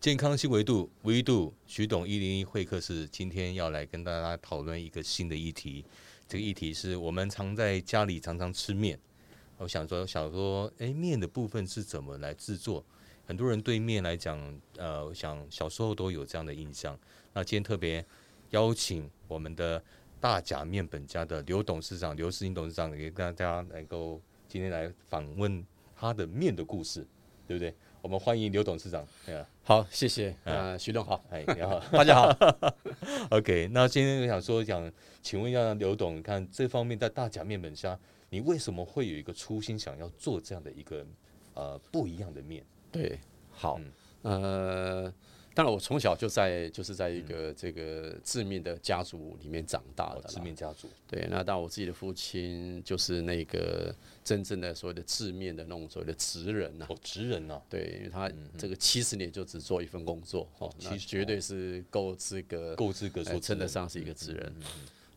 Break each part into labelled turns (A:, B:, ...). A: 健康新维度维度，徐董一零一会客室今天要来跟大家讨论一个新的议题。这个议题是我们常在家里常常吃面，我想说想说，诶，面的部分是怎么来制作？很多人对面来讲，呃，我想小时候都有这样的印象。那今天特别邀请我们的大甲面本家的刘董事长、刘世英董事长，也跟大家能够今天来访问他的面的故事，对不对？我们欢迎刘董事长。对啊，
B: 好，谢谢。呃，徐总好，
A: 哎，你好
B: 大家好。
A: ，OK。那今天我想说，想请问一下刘董，看这方面在大甲面本家，你为什么会有一个初心，想要做这样的一个呃不一样的面？
B: 对，好。呃，当然我从小就在就是在一个这个致命的家族里面长大的
A: 哦
B: 啦。
A: 吃面家族，
B: 对，那当然我自己的父亲就是那个真正的所谓的致命的那种所谓的职人呐、
A: 哦，职人呐、啊，
B: 对，因为他这个七十年就只做一份工作，哦，那
A: 70
B: 绝对是够资格，
A: 够资格
B: 呃
A: 说
B: 称得
A: 职人嗯
B: 上是一个职人。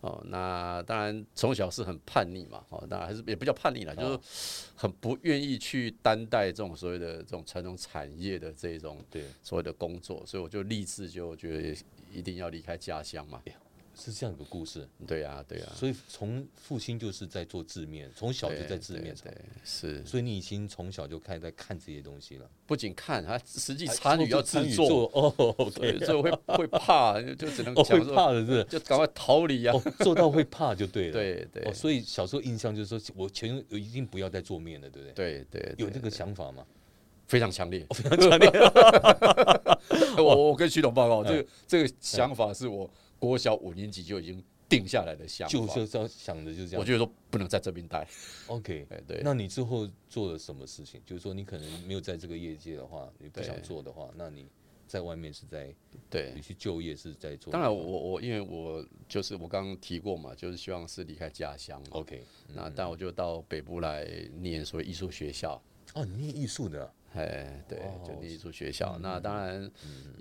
B: 哦，那当然从小是很叛逆嘛，哦，当然还是也不叫叛逆了，
A: 哦
B: 就是很不愿意去担待这种所谓的这种传统产业的这种
A: 对，
B: 所谓的工作，所以我就立志就觉得一定要离开家乡嘛。
A: 是这样一个故事。
B: 对啊，对啊，
A: 所以从父亲就是在做制面，从小就在制面厂
B: 对，是
A: 所以你已经从小就开始在看这些东西了。
B: 不仅看，还实际
A: 还
B: 参与要制
A: 哎参与
B: 作，
A: 哦
B: 所以
A: ，OK，
B: 所以会会怕，就就只 能
A: 哦，
B: 讲
A: 会
B: 说，
A: 怕的是，
B: 就赶快逃离啊。
A: 哦，做到会怕就对了。
B: 对对
A: 哦，所以小时候印象就是说我前我一定不要再做面了，对不对？
B: 对对，
A: 有这
B: 对
A: 个想法吗？
B: 非常强烈。
A: 非常强 烈。
B: 我我跟徐董报
A: 嗯
B: 告，这个这个想法是我国小五年级就已经定下来的想
A: 就
B: 法。
A: 是这样想的，就是这
B: 我
A: 样。
B: 觉得说不能在这边待。
A: OK，
B: 哎，对，
A: 那你之后做了什么事情？就是说你可能没有在这个业界的话，你不想做的话，那你在外面是在
B: 对
A: 你。去就业是在做。
B: 当然我，我因为我就是我刚刚提过嘛，就是希望是离开家乡嘛。
A: OK，
B: 那但我就到北部来念所谓艺术学校，
A: 哦，你念艺术的啊、
B: 哎，对，就
A: 哦嗯
B: 念艺术学校。那当然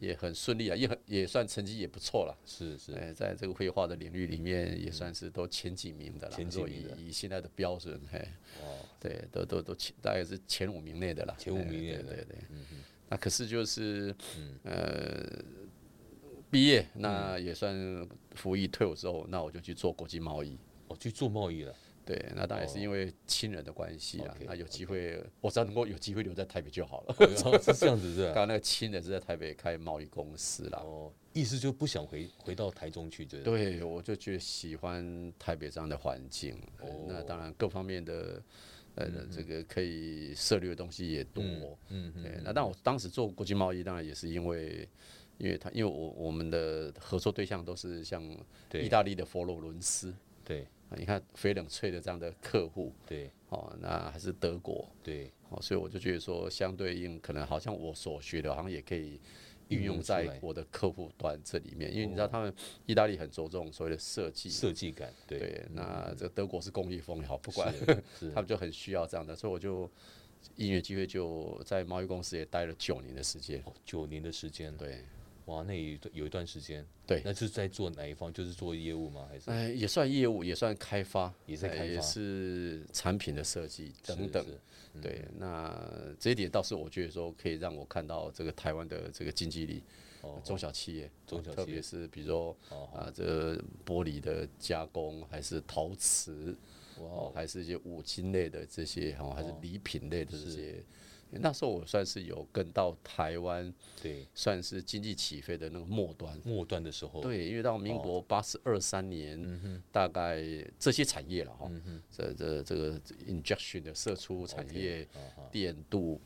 B: 也很顺利啊，也很也算成绩也不错了。
A: 是是，
B: 哎，在这个绘画的领域里面，也算是都前几名的了。
A: 前几
B: 若
A: 名的
B: 以以现在的标准，嘿，
A: 哦，
B: 对，都都都前大概是前五名内的啦，
A: 前五
B: 哎
A: 名内的
B: 对
A: 嗯
B: 对对。那可是就是，呃，毕业
A: 嗯
B: 那也算服役退伍之后，那我就去做国际贸易。
A: 我哦去做贸易 了。
B: 对，那当然也是因为亲人的关系啊。
A: 哦 OK，
B: 那有机会，我只要能够有机会留在台北就好了。
A: 哦是这样子是
B: 刚
A: 吧？
B: 刚那个亲人是在台北开贸易公司啦。
A: 哦，意思就不想回回到台中去，就是
B: 对，我就觉得喜欢台北这样的环境。呃那当
A: 哦
B: 然各方面的，呃，这个可以涉猎的东西也多。
A: 嗯
B: 对，那但我当时做国际贸易，当然也是因为，因为他因为我我们的合作对象都是像
A: 对
B: 意大利的佛罗伦斯
A: 对
B: 啊，你看翡冷翠的这样的客户
A: 对
B: 哦，那还是德国
A: 对，
B: 哦，所以我就觉得说，相对应可能好像我所学的，好像也可以
A: 运
B: 运用
A: 用出
B: 在
A: 来哦
B: 我的客户端这里面，因为你知道他们意大利很着重所谓的设计。
A: 设计感对，嗯
B: 对，那这德国是工业风也好，不管
A: 是
B: 他们就很需要这样的，所以我就因缘机会就在贸易公司也待了九年的时间。
A: 哦九年的时间，
B: 对，
A: 哇，那有一段有一段时间，
B: 对
A: 那是在做哪一方？就是做业务吗？还是
B: 呃，也算业务，也算开发，
A: 也在
B: 呃
A: 开发
B: 也是产品的设计等等。
A: 是是
B: 对，那这一点倒是我觉得说可以让我看到这个台湾的这个经济力，
A: 哦
B: 中小企业，
A: 中小
B: 特
A: 企业
B: 别是比如说
A: 哦
B: 啊、这玻璃的加工，还是陶瓷，
A: 哇
B: 哦，还是一些五金类的这些，哦，还是礼品类的这些。那时候我算是有跟到台湾，
A: 对
B: 算是经济起飞的那个末端。
A: 末端的时候，
B: 对，因为到民
A: 哦
B: 国八十二三年，
A: 嗯
B: 大概这些产业了哈，这这这个 injection 的射出产业、
A: 啊
B: 电镀、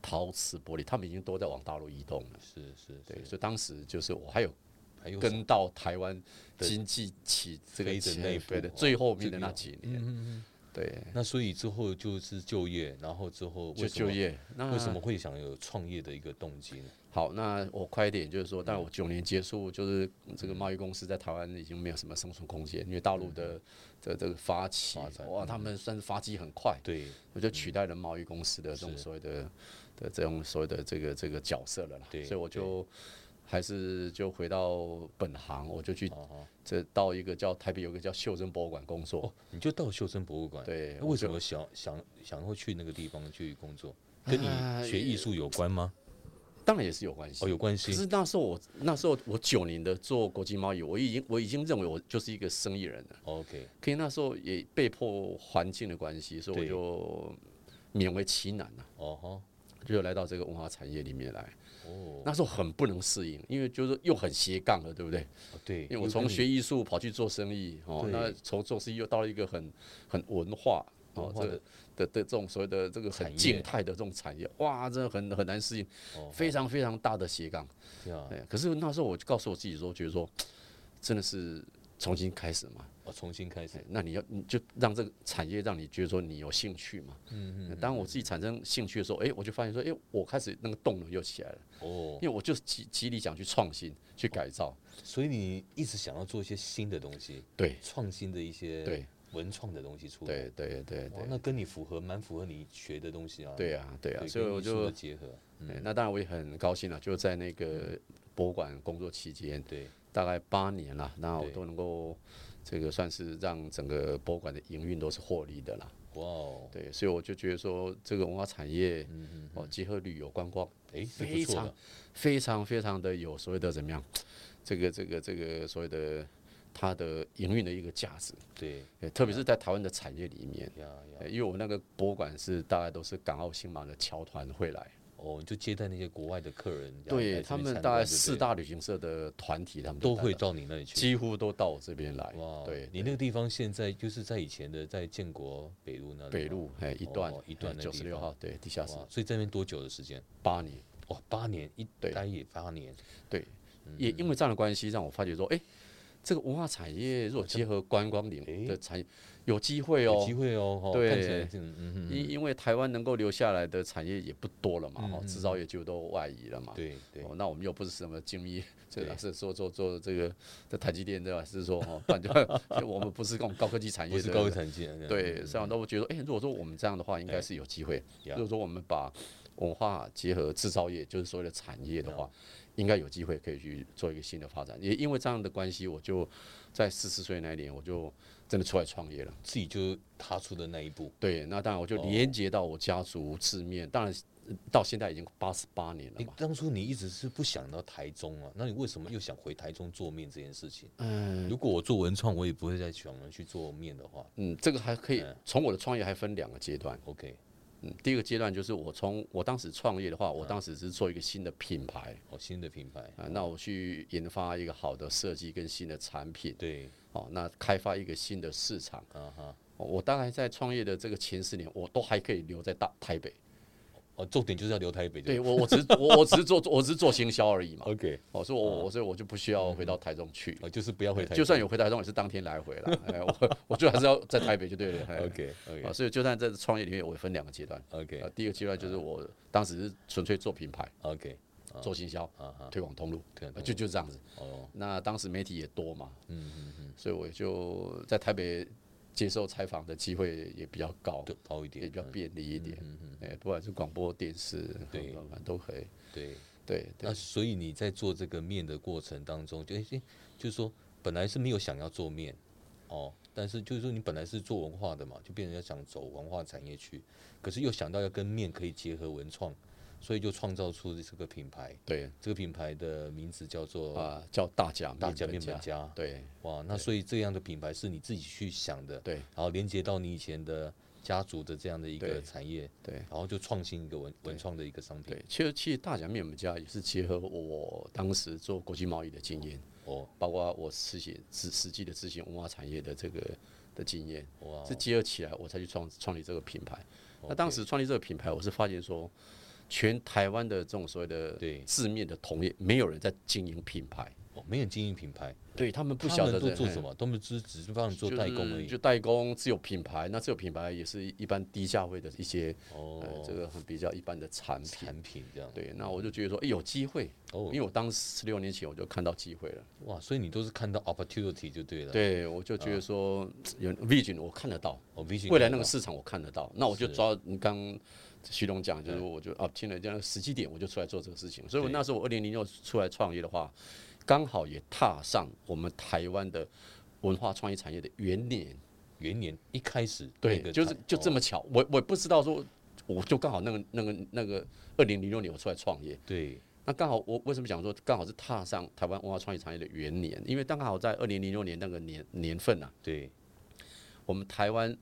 B: 陶瓷、玻璃，他们已经都在往大陆移动了。
A: 是是哎是，
B: 对，所以当时就是我还有
A: 还有
B: 跟到台湾经济起这个
A: 飞的
B: 起
A: 那一
B: 飞的
A: 步
B: 最
A: 哦
B: 后面
A: 这个
B: 的那
A: 有嗯
B: 几年，对，
A: 那所以之后就是就业，然后之后
B: 就
A: 为什
B: 就
A: 么
B: 业。那
A: 为什么会想有创业的一个动机呢？
B: 好，那我快一点，就是
A: 嗯
B: 说，当然我九年结束，就是这个贸易公司在台湾已经没有什么生存空间，因为大陆的这这个发起
A: 嗯发，展嗯
B: 哇，他们算是发迹很快，
A: 对，
B: 我就取代了贸易公司的这种所谓的的这种所谓的这个这个角色了啦
A: 对，
B: 所以我就还是就回到本行，我就去
A: 啊哈，
B: 这到一个叫台北有一个叫袖珍博物馆工作
A: 哦，，你就到袖珍博物馆，
B: 对
A: 那
B: 我
A: 为什
B: 就
A: 么想想想要去那个地方去工作？跟你
B: 啊
A: 学艺术有关吗？
B: 当然也是有关系
A: 哦，。有关
B: 可
A: 系，
B: 是那时候我那时候我九年的做国际贸易，我已经我已经认为我就是一个生意人了。
A: OK，
B: 可以那时候也被迫环境的关系，所以我
A: 对
B: 就勉为其难啊，
A: 哦哈，
B: 就来到这个文化产业里面来。
A: 哦，
B: 那时候很不能适应，因为就是又很斜杠了，对不对？
A: 对，
B: 因为我
A: 又
B: 从
A: 跟你
B: 学艺术跑去做生意，哦
A: 对，
B: 那从做生意又到了一个很很文化。哦
A: 文，化
B: 这
A: 的
B: 个的的这种所谓的这个
A: 产
B: 很
A: 业
B: 静态的这种产业，哇，真的很很难适应，
A: 哦
B: 非常非常大的斜杠。
A: 对啊，
B: 哎，可是那时候我就告诉我自己说，觉得说，真的是重新开始嘛。
A: 哦，重新开始
B: 哎，那你要你就让这个产业让你觉得说你有兴趣嘛。嗯嗯。当我自己产生兴趣的时候，哎，我就发现说，哎，我开始那个动能又起来了，
A: 哦
B: 因，为我就极极力想去创新、去改造。
A: 所以你一直想要做一些新的东西，
B: 对
A: 创新的一些
B: 对
A: 文创的东西出来，
B: 对对对
A: 哇，
B: 对
A: 那跟你符合，蛮符合你学的东西啊，
B: 对啊对啊！
A: 跟
B: 所以我
A: 艺术
B: 就
A: 的结合，
B: 哎那当然我也很高兴了，就在那个博物馆工作期间，
A: 对，
B: 大概八年了，那我
A: 对
B: 都能够这个算是让整个博物馆的营运都是获利的啦。
A: 哇哦，
B: 对，所以我就觉得说，这个文化产业，哦，结合旅游观光，
A: 哎，是不
B: 非
A: 错
B: 常
A: 的，
B: 非常非常的有所谓的怎么样，这个这个这个所谓的它的营运的一个价值，
A: 对，
B: 呃特别是在台湾的产业里面，
A: 呀呀，
B: 呃因为我那个博物馆是大概都是港澳新马的侨团会来，
A: 哦，你就接待那些国外的客人，然后来
B: 对
A: 这
B: 他
A: 边
B: 们
A: 参
B: 大
A: 观
B: 概
A: 就
B: 四
A: 对
B: 大旅行社的团体，他们
A: 都
B: 大
A: 会
B: 概
A: 到你那里去。
B: 几乎都到我这边来
A: 哇，，哦
B: 对，
A: 你那个地方现在就是在以前的在建国北路那里吗，
B: 北路哎一段
A: 哦一段那
B: 九
A: 个
B: 十
A: 地
B: 六
A: 方
B: 号对地下室
A: 哇，所以这边多久的时间？
B: 八年。
A: 哇，八年一
B: 对
A: 待也八年，
B: 对，也因为这样的关系，让我发觉说，哎、这个文化产业如果结合观光领
A: 诶
B: 的产业，有机会
A: 有
B: 哦
A: 机。会哦，哦
B: 对
A: 看起来是嗯嗯
B: 因因为台湾能够留下来的产业也不多了嘛，哈、哦制造业就都外移了嘛。
A: 嗯，对对
B: 哦，那我们又不是什么精密，这
A: 对
B: 是说做做这个这台积电对吧？是说哦，反正就我们不是这种高科技产业
A: 不是
B: 的，
A: 高产阶，
B: 对，这样都我觉得，哎、如果说我们这样的话，应该
A: 嗯哎
B: 是有机会。
A: 呀
B: 如果说我们把文化结合制造业，就是所谓的产业的话，应该有机会可以去做一个新的发展。也因为这样的关系，我就在四十岁那一年，我就真的出来创业了。
A: 自己就踏出的那一步。
B: 对，那当然我
A: 哦
B: 就连接到我家族字面，当然呃到现在已经八十八年了
A: 你
B: 嘛。
A: 当初你一直是不想到台中啊，那你为什么又想回台中做面这件事情？嗯，如果我做文创，我也不会再想着去做面的话。
B: 嗯，这个还可以
A: 嗯，
B: 从我的创业还分两个阶段。
A: OK，
B: 嗯，第一个阶段就是我从我当时创业的话，
A: 嗯
B: 我当时是做一个新的品牌。
A: 哦，新的品牌，
B: 啊，那我去研发一个好的设计跟新的产品，
A: 对，
B: 哦，那开发一个新的市场。
A: 啊哈，
B: 哦我大概在创业的这个前十年，我都还可以留在大台北。
A: 哦，重点就是要留台北。
B: 对我，我只是我我只是做我只是做行销而已嘛。
A: ，OK，
B: 哦，所以我
A: 嗯
B: 我所以我就不需要回到台中去，
A: 哦，就是不要回台中。
B: 就算有回台中也是当天来回 了。哎，我我就还是要在台北就对了。哎
A: OK
B: 啊，
A: OK
B: 所以就算在创业里面，我也分两个阶段。啊
A: OK
B: 第一个阶段就是我当时是纯粹做品牌、
A: OK
B: 做行销、
A: 啊哈，
B: 推广通路，
A: 推广
B: 啊就就这样子。
A: 哦，
B: 那当时媒体也多嘛，嗯嗯嗯，所以我就在台北接受采访的机会也比较高，
A: 对，高一
B: 也比
A: 点，
B: 较便利一点，嗯嗯，哎，不管是广播电视，
A: 对
B: 嗯，都可以，
A: 对。
B: 对对
A: 那所以你在做这个面的过程当中，就诶、诶就是说本来是没有想要做面哦，但是就是说你本来是做文化的嘛，就变成要想走文化产业去，可是又想到要跟面可以结合文创，所以就创造出这个品牌。
B: 对
A: 这个品牌的名字叫做
B: 啊，叫大家
A: 大家面啊
B: 面
A: 本
B: 本，
A: 家。
B: 对
A: 哇，那所以这样的品牌是你自己去想的，
B: 对
A: 然后连接到你以前的家族的这样的一个
B: 对
A: 产业，
B: 对
A: 然后就创新一个文文创的一个商品。
B: 对，其实其实大甲面本家也是结合我当时做国际贸易的经验，
A: 哦，
B: 包括我实行实实际的执行文化产业的这个的经验，
A: 哇，哦
B: 是结合起来，我才去创创立这个品牌。那当时创立这个品牌，我是发现说，全台湾的这种所谓的
A: 对
B: 字面的同业，没有人在经营品牌，
A: 哦没有经营品牌，
B: 对他们不
A: 他
B: 晓
A: 们
B: 得
A: 都
B: 在
A: 做什，么，他们只只是帮你
B: 就
A: 做
B: 是
A: 代工而已。
B: 就代工，只有品牌，那只有品牌也是一般低价位的一些，呃，
A: 哦，
B: 这个很比较一般的产品。
A: 产品这样。
B: 对，那我就觉得说，哎，有机会，
A: 哦
B: 因，为我当时十六年前我就看到机会了，
A: 哇，所以你都是看到 opportunity 就对了。，
B: 对我就觉
A: 啊
B: 得说，有 vision 我看得到，
A: 哦，必须
B: 未来那
A: 看
B: 个
A: 到
B: 市场我看得到，那我就抓你刚徐龙讲，就是我就啊听了这样的时机点，我就出来做这个事情。所以我那时候我二零零六出来创业的话，刚好也踏上我们台湾的文化创意产业的元年。
A: 元年一开始那
B: 对
A: 个，
B: 就是
A: 产
B: 就这
A: 哦
B: 么巧，我我也不知道说，我就刚好那个那个那个二零零六年我出来创业，
A: 对
B: 那刚好我为什么讲说刚好是踏上台湾文化创意产业的元年？因为刚好在二零零六年那个年年份啊，
A: 对
B: 我们台湾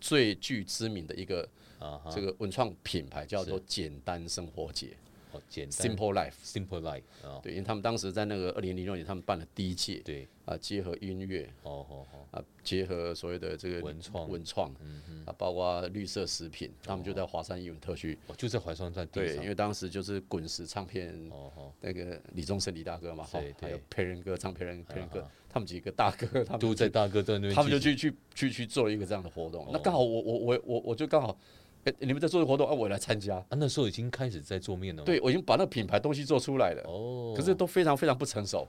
B: 最具知名的一个
A: 啊哈，
B: 这个文创品牌叫做简单生活节
A: 哦，简单
B: （Simple Life）。
A: simple life 啊，
B: 对，因为他们当时在那个二零零六年，他们办了第一届
A: 对，
B: 啊，结合音乐
A: 哦哦哦，
B: 啊，结合所谓的这个
A: 文创嗯
B: 文创，啊，包括绿色食品，他们就在华山艺文特区。
A: 我哦就在怀双站地
B: 对，因
A: 上，
B: 为当时就是滚石唱片
A: 哦哦，
B: 那个李宗盛李大哥嘛，
A: 对，
B: 哈还有
A: 对啊
B: 佩仁哥、张佩仁、佩仁哥，他们几个大哥，他们
A: 都在大哥在那边，哦
B: 他们就去去去去做了一个这样的活动。那刚好我我我我我就刚好，哎，你们在做的活动，啊，我也来参加。
A: 啊，那时候已经开始在做面了，，
B: 对，我已经把那个品牌东西做出来了，
A: 哦，
B: 可是都非常非常不成熟。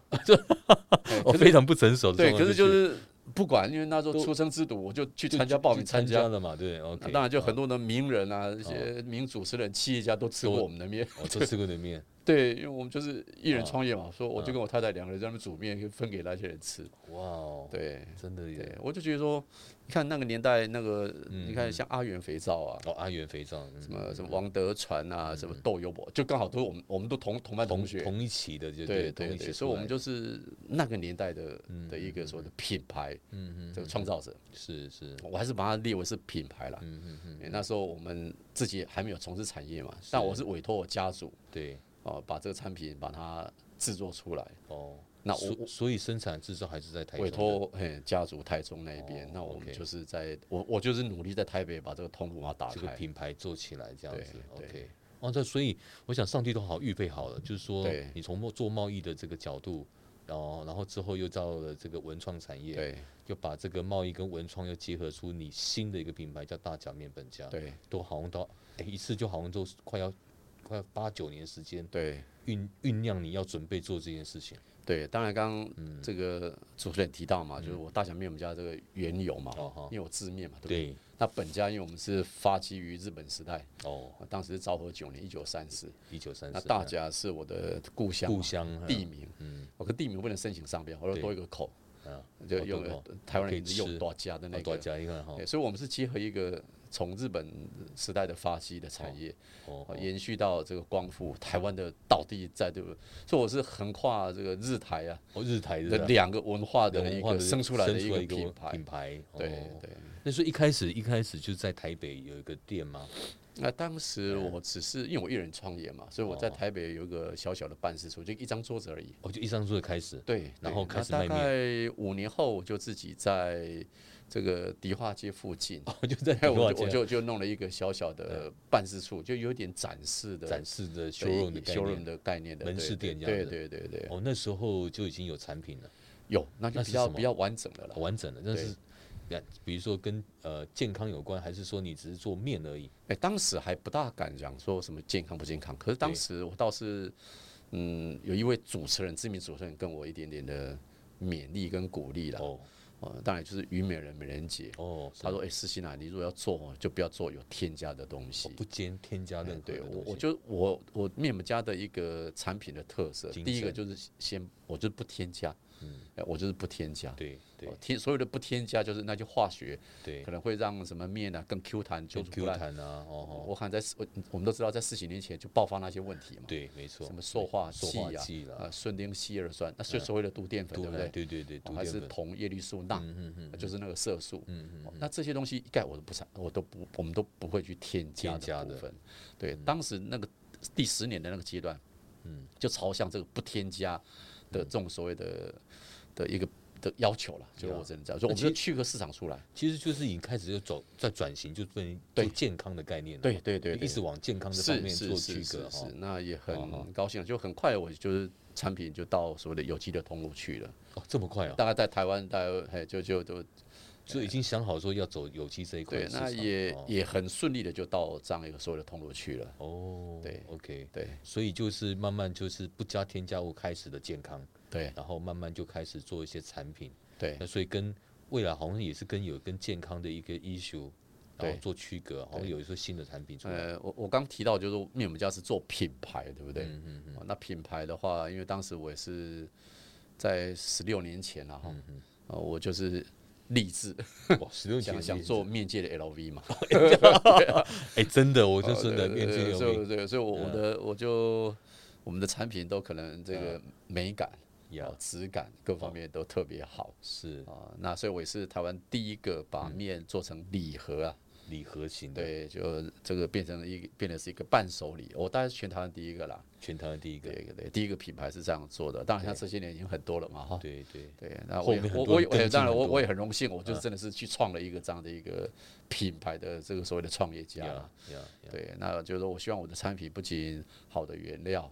B: 哎
A: 哦
B: 可是
A: 非常不成熟，
B: 对，
A: 这
B: 可
A: 种
B: 是就是不管，因为那时候
A: 都
B: 出生之犊，我就去
A: 就
B: 参加报名
A: 就
B: 参加。
A: 了嘛，对
B: 那
A: ，OK，
B: 当然，就很多的名人啊，一些名主持人、企业家都吃过我们的面。
A: 我都吃过的面，
B: 对，因为我们就是一
A: 啊
B: 人创业嘛，说我就跟我太太两个人在那边煮面，分给那些人吃。
A: 哇哦，
B: 对，
A: 真的耶，
B: 对，我就觉得说，你看那个年代，那个你看像阿元肥皂啊，
A: 哦，阿元肥皂，嗯
B: 什么什么王德传啊，什么窦尤伯，就刚好都是我们我们都同同班
A: 同
B: 同学。
A: 同一期的就
B: 对
A: 同
B: 对
A: 一期出来
B: 对，
A: 的，
B: 所以我们就是那个年代的的一个所谓的品牌，
A: 嗯
B: 这个创造者。
A: 是是
B: 我还是把它列为是品牌啦。嗯嗯嗯。那时候我们自己还没有从事产业嘛，但我是委托我家族
A: 对
B: 哦，把这个产品把它制作出来，
A: 哦，
B: 哎那我
A: 所所以生产制造还是在台中
B: 委
A: 的
B: 托嘿家族台中那一边
A: 哦。
B: 那我们
A: OK
B: 就是在我我就是努力在台北把这个通路把它打
A: 这个
B: 开。
A: 品牌做起来这样子
B: 对对
A: ，OK。哦，这所以我想上帝都好预备好了，就是说
B: 对
A: 你从做贸易的这个角度，然后然后之后又到了这个文创产业，
B: 对
A: 又把这个贸易跟文创又结合出你新的一个品牌叫大甲面本家，
B: 对
A: 都好像到哎一次就好像都快要快要八九年时间
B: 对
A: 酝酝酿你要准备做这件事情，
B: 对，当然刚
A: 嗯
B: 刚这个主持人提到嘛，就是我大小面我们家这个原油嘛
A: 哦哈，
B: 因为我自啊面嘛，对不对？哎
A: 对，
B: 那本家因为我们是发基于日本时代，
A: 哦，
B: 当时是昭和九年一九三四，
A: 一九三
B: 那
A: 四，啊
B: 大甲是我的故乡嘛，
A: 故乡啊
B: 地名，我跟地名不能申请商标，我要
A: 对
B: 多一个口，
A: 啊，
B: 就
A: 哦
B: 用
A: 多
B: 了
A: 口
B: 台湾
A: 可以
B: 人一直用
A: 吃
B: 多加的
A: 哦
B: 那
A: 大
B: 个，
A: 甲一个哈
B: 对，所以我们是结合一个从日本时代的发迹的产业，
A: 哦
B: 哦延续到这个光复台湾的道地在这个，所以我是横跨这个日台啊
A: 哦，日台日
B: 的
A: 台
B: 两个文化的
A: 文
B: 一
A: 化
B: 个
A: 的
B: 生出来的
A: 生
B: 一
A: 出
B: 个
A: 一个
B: 品
A: 文
B: 牌
A: 品，牌
B: 对
A: 哦
B: 对。
A: 那所以一开始一开始就在台北有一个店吗？
B: 那当时
A: 哎
B: 我只是因为我一人创业嘛，所以我在台北有一个小小的办事处，就一张桌子而已。
A: 哦，就一张桌的开始，
B: 对，
A: 然
B: 对
A: 后开
B: 那
A: 始卖
B: 大概五年后，我就自己在这个迪化街附近，
A: 哦，就在
B: 哎， 我
A: 我
B: 就我
A: 就
B: 就就弄了一个小小的办事处，就有点展示的
A: 展示的修
B: 的一
A: 容的概
B: 修容
A: 念。
B: 的概念的
A: 门
B: 对
A: 市
B: 对
A: 店这
B: 对
A: 样子
B: 对对对，
A: 哦，那时候就已经有产品了，
B: 有那就
A: 那
B: 比
A: 是
B: 较
A: 什么
B: 比较完整的了
A: 哦。完整的。但是，那比如说跟呃健康有关，还是说你只是做面而已？
B: 哎，当时还不大敢讲说什么健康不健康，可是当
A: 对
B: 时我倒是，嗯，有一位主持人，知名主持人跟我一点点的勉励跟鼓励了。
A: 哦
B: 呃，当然就是虞美人美人姐，
A: 哦，是
B: 她说：“哎，思欣啊，你如果要做，就不要做有添加的东西。
A: 哦不兼添加任
B: 嗯
A: 何
B: 对
A: 的
B: 我，
A: 东
B: 我
A: 西。
B: 就我我面膜家的一个产品的特色，
A: 精
B: 第一个
A: 神
B: 就是先我就是不添加，嗯，我就是不添加，
A: 对对
B: 哦，添所有的不添加就是那就化学
A: 对
B: 可，能会让什么面啊更 Q 弹，
A: 就
B: 就
A: Q 弹啊，哦哦，
B: 我看在我我们都知道，在四几年前就爆发那些问题嘛，
A: 对，没错
B: 什，么塑化
A: 塑
B: 剂
A: 化
B: 啊
A: 剂，啦
B: 啊，顺丁烯二酸，那就所谓的毒淀粉，
A: 对
B: 对不对？
A: 对哎对对，
B: 哦
A: 毒
B: 还
A: 淀
B: 是嗯
A: 粉嗯
B: 铜叶绿素钠，就是那个色素，哦那这些东西一概我都不产，我都不，我们都不会去添加
A: 添加
B: 的部
A: 的嗯
B: 分。对，当时那个第十年的那个阶段，嗯，就朝向这个不添加的
A: 嗯
B: 这种所谓的的一个的要求了，就是我只能这样，所以我们就去个市场出来。
A: 其实就是已经开始就走在转型，就变做健康的概念了。
B: 对对对，
A: 就一直往健康这方面做区
B: 是是
A: 隔哦
B: 是
A: 哈
B: 是。，那也很高兴，啊就很快我就是产品就到所谓的有机的通路去了，
A: 哦，这么快啊，
B: 大概在台湾大概嘿就就就
A: 就已经想好说要走有机这一块
B: 哎对
A: 的，市场。
B: 那也
A: 哦
B: 也很顺利的就到这样一个所谓的通路去了，
A: 哦，
B: 对
A: ，OK，
B: 对
A: 所以就是慢慢就是不加添加物开始的健康，
B: 对
A: 然后慢慢就开始做一些产品。
B: 对
A: 那所以跟未来好像也是跟有跟健康的一个 issue，然
B: 对
A: 后做区隔，好像有一些新的产品出来。
B: 呃，我我刚提到就是说面膜家是做品牌，对不对？嗯嗯嗯、那品牌的话，因为当时我也是在十六年前了、啊、
A: 嗯
B: 哈，呃我就是立志
A: 哇，十六
B: 想
A: 年
B: 想
A: 前
B: 做面界的 LV 嘛，
A: 哎，真的，我就
B: 哦
A: 真的嗯
B: 对
A: 面
B: 对
A: 具有
B: 所以
A: 名
B: 我对，所以我我的我就我们的产品都可能这个美感、
A: 嗯呀哦
B: 啊，质感各方面都特别好
A: 是
B: 啊。那所以我也是台湾第一个把面做成礼盒啊，
A: 礼盒型的，
B: 对，就这个变成了一变得是一个伴手礼，我当然是全台湾第一个啦，
A: 全台湾第一个，
B: 对对，第一个品牌是这样做的。当然，像这些年已经很多了嘛，哈。
A: 对对，
B: 对，那
A: 后
B: 我也
A: 面很
B: 我
A: 多
B: 我也哎
A: 跟进嗯
B: 当然
A: 很
B: 我
A: 多
B: 我也很荣幸，我就是真的是去创了一个这样的一个品牌的这个所谓的创业家啦。
A: 呀呀呀，
B: 对，那就是说我希望我的产品不仅好的原料，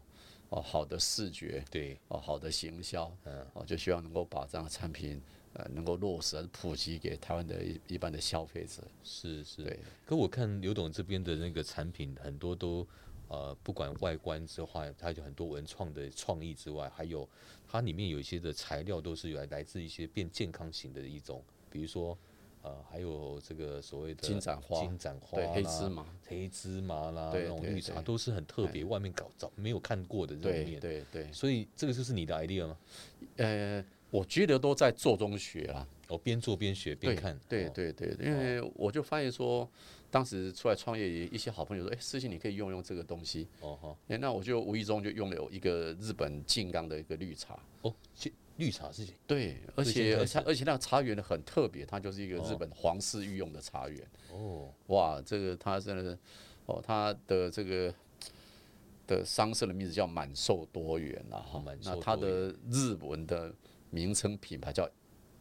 B: 哦，好的视觉，
A: 对
B: 哦，好的行销，
A: 嗯
B: 哦，就希望能够把这样的产品，呃，能够落实普及给台湾的一一般的消费者。
A: 是是。
B: 对，
A: 可我看刘董这边的那个产品很多都，呃，不管外观之外，它有很多文创的创意之外，还有它里面有一些的材料都是来来自一些变健康型的一种，比如说，呃，还有这个所谓的
B: 金盏花
A: 金盏花
B: 对，黑
A: 啦
B: 芝麻，
A: 黑芝麻啦，
B: 对
A: 那种
B: 对
A: 绿茶
B: 对哎
A: 都是很特别，外面搞早没有看过的这种
B: 对
A: 面，
B: 对对，
A: 所以这个就是你的 idea 吗？
B: 呃，我觉得都在做中学啦。
A: 我哦边做边学边
B: 对
A: 看，
B: 对
A: 哦
B: 对对，因为我就发现说，当时出来创业，一些好朋友说，哎，思欣你可以用用这个东西。
A: 哦哈
B: 哎，那我就无意中就用了一个日本静冈的一个绿茶。
A: 哦，这绿茶是
B: 对，而
A: 最先
B: 且
A: 开
B: 而且而且那个茶园很特别，它就是一个日本皇室御用的茶园。
A: 哦
B: 哇，这个它真的是，哦，它的这个的商社的名字叫满寿多元了
A: 哦
B: 哈
A: 满。寿
B: 那它
A: 多
B: 的日文的名称品牌叫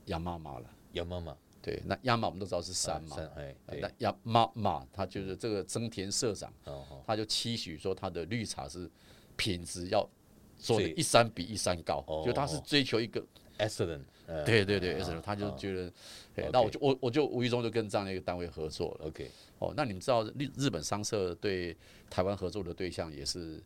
B: 亚妈妈了。
A: 杨妈妈
B: 对，那亚妈我们都知道是山嘛，
A: 山哎
B: 呃
A: 对
B: 那亚妈妈他就是这个增田社长，
A: 哦哈
B: 他就期许说他的绿茶是品质要做的
A: 最
B: 一山比一山高
A: 哦，
B: 就他是
A: 哦
B: 追求一个
A: ，excellent，嗯
B: 对对对，
A: 啊
B: S 流他就
A: 啊
B: 觉得，
A: OK
B: 哎那我就我我就无意中就跟这样的一个单位合作了。
A: OK，
B: 哦，那你们知道日日本商社对台湾合作的对象也是，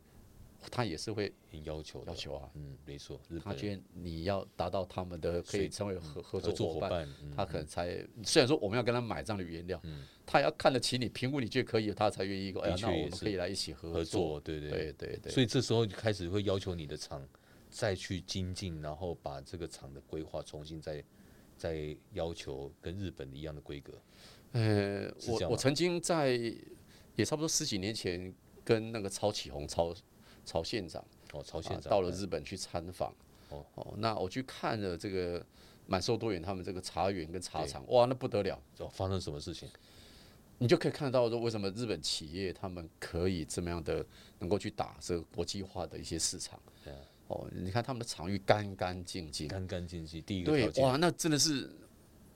B: 他也是会
A: 要求的
B: 要，求啊，
A: 嗯，没错，日
B: 他
A: 本
B: 觉得你要达到他们的可以成为合合
A: 合
B: 作
A: 作
B: 伙
A: 伙
B: 伴，
A: 伴，嗯
B: 他可能才虽然说我们要跟他买这样的原料，他也要看得起你，评估你觉得可以，他才愿意。哎呀
A: 的，确
B: 那我
A: 也
B: 们
A: 是
B: 可以来一起合
A: 合作，对对
B: 对对对，
A: 所以这时候就开始会要求你的厂再去精进，然后把这个厂的规划重新再再要求跟日本的一样的规格。
B: 呃，
A: 是这
B: 我
A: 样
B: 我
A: 吗
B: 曾经在也差不多十几年前跟那个曹启宏曹曹县长。
A: 哦，朝
B: 啊
A: 鲜长
B: 到了日本去参访。
A: 哦
B: 哦那我去看了这个满寿多元他们这个茶园跟茶厂，哇，那不得了！
A: 哦，发生什么事情？
B: 你就可以看到说，为什么日本企业他们可以这么样的能够去打这个国际化的一些市场。
A: 啊
B: 哦，你看他们的场域干干净净，
A: 干干净净，第一个
B: 对
A: 条，件，
B: 哇，那真的是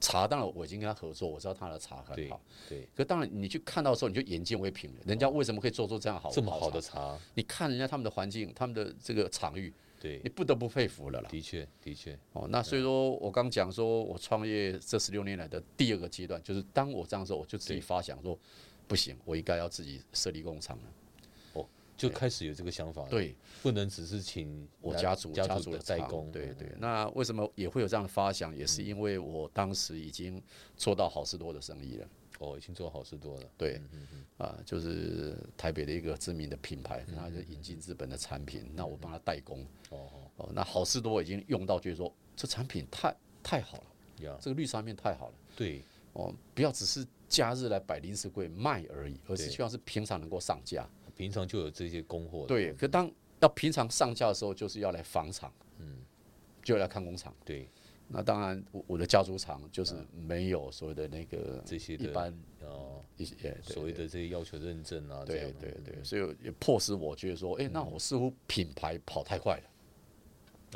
B: 茶。当然，我已经跟他合作，我知道他的茶很
A: 对
B: 好。
A: 对，哦
B: 可当然，你去看到的时候，你就眼见为凭了。人家为什么可以做出这样好
A: 这么
B: 好
A: 好的
B: 茶？
A: 茶，
B: 你看人家他们的环境，他们的这个场域，
A: 对，
B: 你不得不佩服了啦。
A: 的确的确，
B: 哦，那
A: 啊
B: 所以说我刚讲说，我创业这十六年来的第二个阶段，就是当我这样的时候，我就自己发想说，不行，我应该要自己设立工厂了。
A: 就开始有这个想法了，
B: 对
A: 不能只是请
B: 我
A: 来
B: 家族
A: 家
B: 族
A: 的
B: 的
A: 代
B: 厂
A: 工，
B: 对
A: 嗯
B: 对。那为什么也会有这样的发想，也是因为我当时已经做到好事多的生意了。
A: 哦，已经做好事多了，
B: 对，啊，就是台北的一个知名的品牌，
A: 嗯
B: 它就引进日本的产品，那我帮他代工。
A: 哦
B: 哦，那好事多已经用到，就是说这产品太太好了，
A: 呀，
B: 这个绿茶面太好了。
A: 对，
B: 哦，不要只是假日来摆零食柜卖而已，而是
A: 对
B: 希望是平常能够上架。
A: 平常就有这些供货了，
B: 对，可当要平常上架的时候，就是要来访厂，嗯，就要来看工厂。
A: 对，
B: 那当然，我我的家族厂就是没有所谓的那个
A: 这些
B: 嗯一
A: 的
B: 般
A: 哦，
B: 一些哎对
A: 所谓的这些要求认证啊，嗯这样
B: 对
A: 的
B: 对对，所以也迫使我觉得说，哎，那我似乎品牌跑太快了，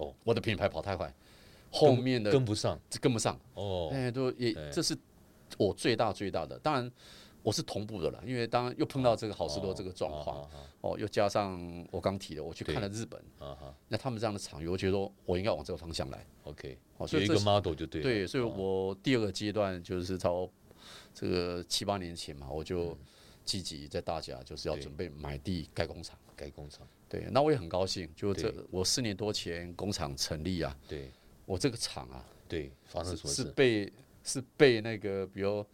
A: 哦，
B: 我的品牌跑太快，后
A: 跟
B: 面的
A: 跟不上
B: 跟不上。
A: 哦，
B: 哎，都也
A: 对
B: 这是我最大最大的，当然我是同步的了，因为当然又碰到这个好事多这个状况，
A: 啊
B: 哦，又加上我刚提的，我去
A: 对
B: 看了日本，
A: 哈啊哈
B: 那他们这样的场域，我觉得说我应该往这个方向来，
A: ，OK，
B: 哦
A: 有
B: 所以
A: 一
B: 这
A: 个
B: 是
A: model 就对了，哦
B: 对，所以我第二个阶段就是到这个七八年前嘛，我就积极在大家就是要
A: 嗯对
B: 准备买地盖工厂，
A: 改工厂，
B: 对，那我也很高兴，就
A: 对
B: 这我四年多前工厂成立啊，
A: 对
B: 我这个厂啊
A: 对，发生
B: 是
A: 什么
B: 是
A: 事？
B: 被是被那个比如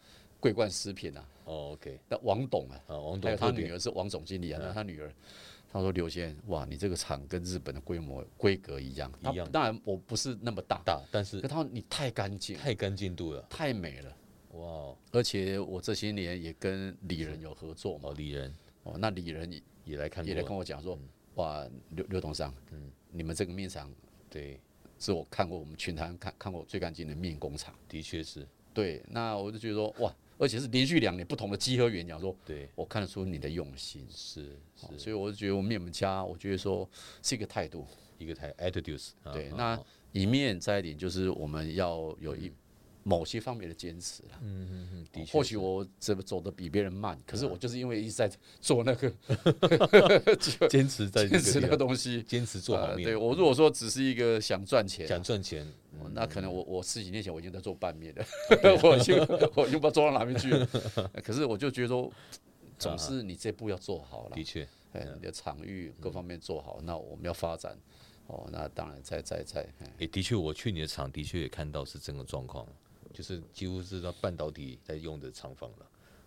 B: 桂冠食品啊。
A: 哦，OK，
B: 那王董啊，
A: 啊，王
B: 还
A: 董
B: 有他
A: 特
B: 女
A: 别嗯
B: 儿是王总经理啊，那他女儿，他说刘先，哇，你这个厂跟日本的规模规格一样，
A: 一样
B: 他当然我不是那么大，
A: 大，但
B: 可
A: 是
B: 他说你太干净，
A: 太干净度了，
B: 太美了。
A: 哇哦，
B: 而且我这些年也跟李仁有合作嘛
A: 哦，，李仁
B: 哦，那李仁也
A: 也来看
B: 也来
A: 过嗯
B: 跟我讲说，哇，刘刘董事长，嗯，你们这个面厂
A: 对，
B: 是我看过我们全台湾看看过最干净的面工厂。
A: 的确是，
B: 对，那我就觉得说哇，而且是连续两年不同的集合员讲说，
A: 对，
B: 我看得出你的用心，
A: 是
B: 哦所以我就觉得我们面家，我觉得说是一个态度。
A: 一个台 attitudes 啊。啊
B: 对，
A: 嗯
B: 那一面再一点就是我们要有一某些方面的坚持啦。嗯嗯嗯，或许我这走的比别人慢，可
A: 啊
B: 是我就是因为一直在做那个
A: 坚持在这
B: 坚持那
A: 个地
B: 个
A: 方
B: 东西。
A: 坚持做好嗯
B: 呃
A: 面，
B: 对我如果说只是一个想赚钱，
A: 想赚钱，
B: 哦那可
A: 嗯
B: 能我我十几年前我已经在做拌 面了，
A: 啊
B: 我已经我已经不知道做到哪边去了。可是我就觉 得说，
A: 啊
B: 总是你这步要做好了
A: 的，确
B: 哎，你的场域
A: 嗯
B: 各方面做好，那我们要发展。哦，那当然在在在，哎
A: 也的确，我去你的厂的确也看到是这个状况，就是几乎是到半导体在用的厂房了，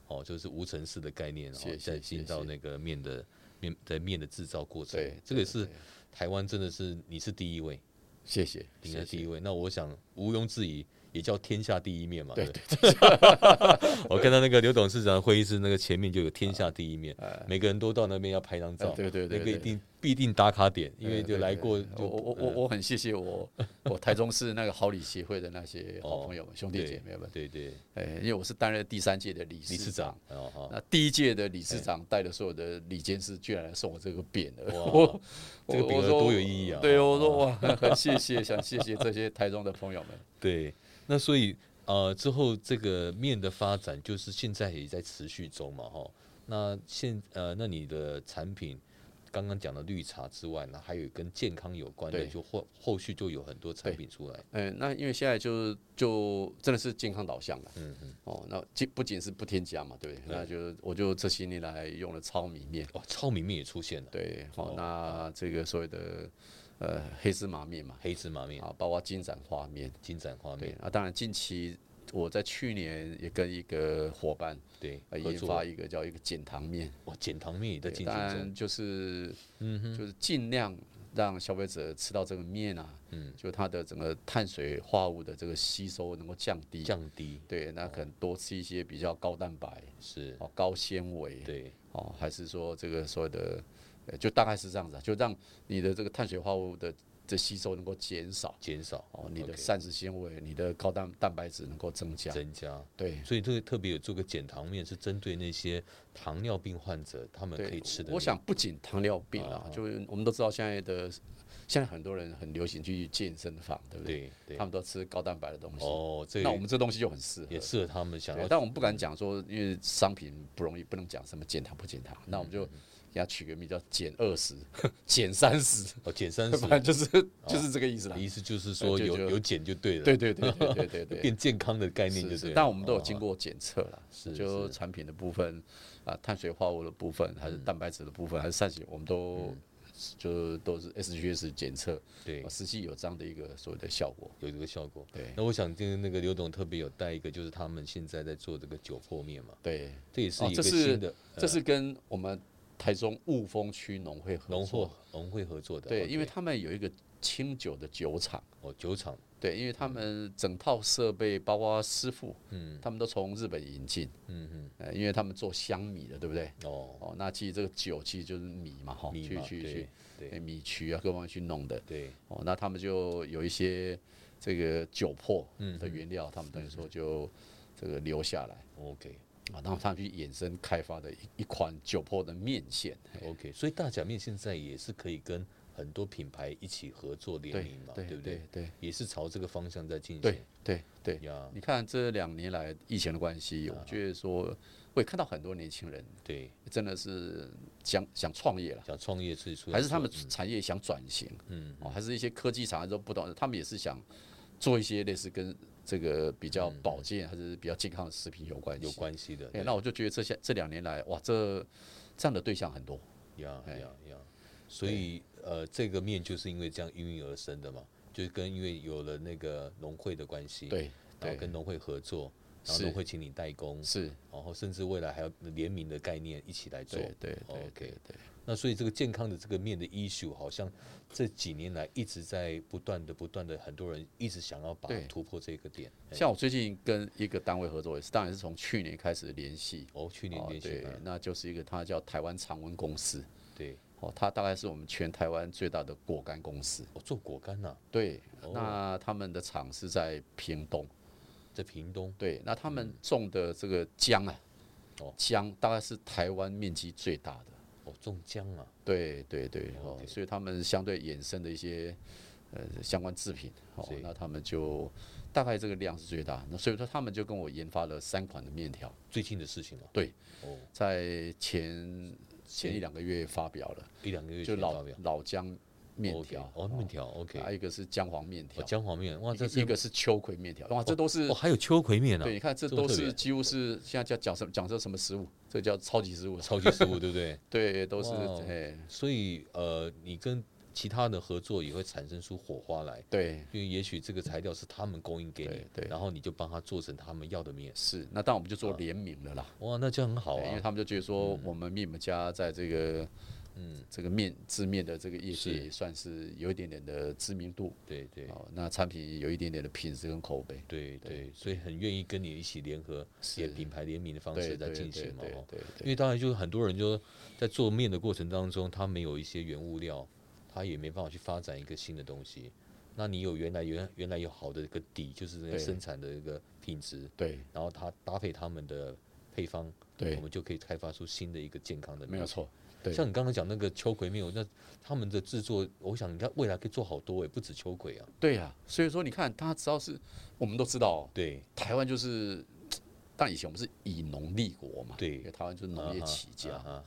A: 哦，就是无尘室的概念，然后
B: 谢谢
A: 在进到
B: 谢谢
A: 那个面的面在面的制造过程
B: 对，，
A: 这个
B: 对
A: 是
B: 对
A: 台湾真的是你是第一位，
B: 谢谢，
A: 应该
B: 谢
A: 第
B: 谢。
A: 一位。那我想毋庸置疑，也叫天下第一面嘛。对对 我看到那个刘董事长会议室那个前面就有天下第一面，每个人都到那边要拍张照，
B: 啊哎对对对
A: 那个一
B: 对
A: 定必定打卡点，因
B: 对
A: 为
B: 哎对
A: 就来
B: 对
A: 过
B: 对
A: 就嗯
B: 我我我我很谢谢我我台中市那个好礼协会的那些好朋友们、兄弟
A: 哦对
B: 姐妹们，
A: 对对，
B: 哎，因为我是担任第三届的理
A: 理事
B: 事
A: 长
B: 长，
A: 哦哎哈。
B: 那第一届的理事长带的所有的理监事，居然来送我这个匾额，
A: 哇
B: 我
A: 这个
B: 我
A: 匾
B: 我
A: 额
B: 说
A: 多有意义啊
B: 对，我说哇，很谢谢，想谢谢这些台中的朋友们。
A: 对，那所以呃，之后这个面的发展就是现在也在持续中嘛，哈。那现呃，那你的产品刚刚讲的绿茶之外，那还有跟健康有关的，
B: 对
A: 就后后续就有很多产品出来。
B: 嗯，那因为现在就就真的是健康导向了，嗯嗯，哦，那既不仅是不添加嘛，对不对？那就我就这些年来用了糙米面，
A: 哇，糙米面也出现了，
B: 对，好、
A: 哦
B: 那这个所谓的呃黑芝麻面嘛，
A: 黑芝麻面、
B: 啊，包括金盏花面，
A: 金盏花
B: 对
A: 面，，
B: 啊，当然近期我在去年也跟一个伙伴
A: 对，
B: 呃
A: 合
B: 研
A: 作
B: 发一个叫一个减糖面，
A: 哇，减糖面也在
B: 对
A: 进
B: 当
A: 行中。
B: 然就是嗯哼，就是尽量让消费者吃到这个面啊，嗯，就它的整个碳水化合物的这个吸收能够降低，
A: 降低
B: 对，那可能多吃一些比较高蛋白、
A: 哦是，
B: 哦高纤维，
A: 对，
B: 哦，还是说这个所谓的，呃，就大概是这样子、啊，就让你的这个碳水化合物的的吸收能够减少，
A: 减少
B: 哦，你的
A: OK，
B: 膳食纤维、你的高蛋蛋白质能够增加，
A: 呃增加，
B: 对。
A: 所以这个特别有做个减糖面，是针对那些糖尿病患者，他们
B: 对，
A: 可以吃的面。
B: 我想不仅糖尿病啊，就是我们都知道现在的，现在很多人很流行去健身房，对不对？
A: 对对
B: 他，们都吃高蛋白的东西，
A: 哦，这
B: 那
A: 个
B: 我们这东西就很适合。
A: 也哦嗯适合他们想
B: 对
A: 要
B: 但我们不敢讲说，因为商品不容易，不能讲什么减糖不减糖，那我们
A: 嗯
B: 就给它取个名叫减二十、减三十，
A: 哦减 三十
B: 反，正就是就是这个意思啦。
A: 意思就是说
B: 呃就
A: 有
B: 就
A: 有减就对了，
B: 对对对对对对对。
A: 变健康的概念就是对
B: 是，
A: 了。
B: 但我们都有经
A: 哦
B: 过检测啦，
A: 是
B: 就产品的部分啊，碳水化合物的部分，
A: 嗯
B: 还是蛋白质的部分，还是膳食，我们都就都是 SGS 检测，
A: 对
B: 啊实际有这样的一个所谓的效果。
A: 有这个效果。
B: 对
A: 那我想今天那个刘董特别有带一个，就是他们现在在做这个酒破面嘛，
B: 对，
A: 这也是
B: 哦
A: 一
B: 这
A: 个
B: 是
A: 新的
B: 这是跟我们台中雾峰区农会合
A: 农
B: 作
A: 货农会合作的。
B: 对，
A: OK，
B: 因为他们有一个清酒的酒厂，
A: 哦酒厂
B: 对，因为
A: 嗯
B: 他们整套设备包括师傅，嗯，他们都从日本引进，嗯嗯，呃，因为他们做香米的，对不对？
A: 哦
B: 哦，那其实这个酒其实就是米嘛，哈，
A: 米
B: 去
A: 嘛
B: 去
A: 对
B: 去，
A: 对
B: 哎米曲啊各方面去弄的，
A: 对
B: 哦，那他们就有一些这个酒粕的原料，他们等于说就这个留下来。
A: OK
B: 啊，然后他们去衍生开发的一一款酒粕的面线，
A: OK，所以大假面现在也是可以跟很多品牌一起合作联
B: 对
A: 名嘛，
B: 对
A: 不
B: 对
A: 对？
B: 对
A: 也是朝这个方向在进行。
B: 对对对，
A: 呀，
B: 你看这两年来疫情的关系，我觉得说，我也看到很多年轻人
A: 对，
B: 真的是想想创业了，
A: 想创业自己出来
B: 还是
A: 做
B: 他们产业想转型，嗯，哦，还是一些科技厂都不懂，他们也是想做一些类似跟这个比较
A: 嗯
B: 保健还是比较健康的食品有关系。
A: 有关系的。
B: 哎，那我就觉得这些这两年来，哇，这这样的对象很多。
A: 呀
B: 哎
A: 呀呀！所以呃，这个面就是因为这样应运而生的嘛，就是跟因为有了那个农会的关系，，
B: 对
A: 然后
B: 对，
A: 跟农会合作，然后
B: 是
A: 农会请你代工，
B: 是，
A: 然后甚至未来还有联名的概念一起来做
B: 对。对对
A: OK
B: 对对，
A: 那所以这个健康的这个面的 issue，好像这几年来一直在不断的、不断的，很多人一直想要把
B: 对
A: 突破这个点。哎
B: 像我最近跟一个单位合作，也是，当然是从去年开始联系。
A: 哦，去年
B: 哦
A: 年
B: 对
A: 薪，
B: 那就是一个它叫台湾常温公司。
A: 对
B: 哦，它大概是我们全台湾最大的果干公司。
A: 我、哦做果干呐、
B: 对，
A: 哦
B: 那他们的厂是在屏东。
A: 在屏东
B: 对，那他们种的这个姜啊，
A: 哦
B: 姜大概是台湾面积最大的。
A: 哦种姜啊，
B: 对对对哦
A: OK，
B: 所以他们相对衍生的一些呃相关制品哦
A: 是，
B: 那他们就大概这个量是最大。那所以说他们就跟我研发了三款的面条，
A: 最近的事情了、
B: 对，
A: 哦，
B: 在前前一两个月发表了，
A: 一两个月
B: 就
A: 前
B: 老
A: 发表
B: 老姜面条啊
A: OK，，哦面条 OK，
B: 还有一个是姜黄面
A: 哦
B: 条，
A: 姜黄面哇，
B: 一
A: 这
B: 个
A: 是
B: 一个是秋葵面条，哇，这都是
A: 哦还有秋葵面啊
B: 对，，你看这
A: 这么
B: 都
A: 特别
B: 是几乎是现在叫讲什么讲这什么食物，这叫超级食物，
A: 超级 食物对不对？
B: 对，都是
A: 哇哦
B: 哎
A: 所以呃，你跟其他的合作也会产生出火花来，
B: 对。
A: 因为也许这个材料是他们供应给你，
B: 对对
A: 然后你就帮他做成他们要的面，
B: 是，那当然我们就做联名了啦，
A: 哇，那这样很好
B: 对因为
A: 啊，
B: 他们就觉得说我们面膜家在这个，嗯，这个面制面的这个业
A: 是
B: 界也算是有一点点的知名度，
A: 对对
B: 哦，那产品有一点点的品质跟口碑，
A: 对对，所以很愿意跟你一起联合，也
B: 是
A: 品牌联名的方
B: 对
A: 式在
B: 对对
A: 进行
B: 对
A: 嘛，哦
B: 对
A: 因
B: 对，
A: 为当然就是很多人就在做面的过程当中，他没有一些原物料，他也没办法去发展一个新的东西。那你有原来原原来有好的一个底，就是那个
B: 对
A: 生产的一个品质，
B: 对
A: 然后它搭配他们的配方，我
B: 对，
A: 们就可以开发出新的一个健康的。
B: 没有。错，对
A: 像你刚刚讲那个秋葵面，那他们的制作，我想应该未来可以做好多诶，不止秋葵啊。
B: 对啊，所以说你看，它只要是我们都知道，哦
A: 对
B: 台湾就是，但以前我们是以农立国嘛，
A: 对
B: 因为台湾就是农业起家，
A: 啊嗯哈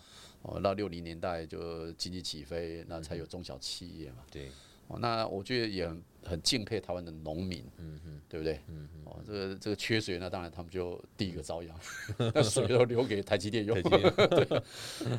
B: 哦，到六零年代就经济起飞，那才有中小企业嘛。
A: 啊 对，
B: 哦，那我觉得也很很敬佩台湾的农民，嗯哼，对不对？嗯哼，哦，这个这个缺水，那当然他们就第一个遭殃， 那水都留给台积电用
A: 再，见。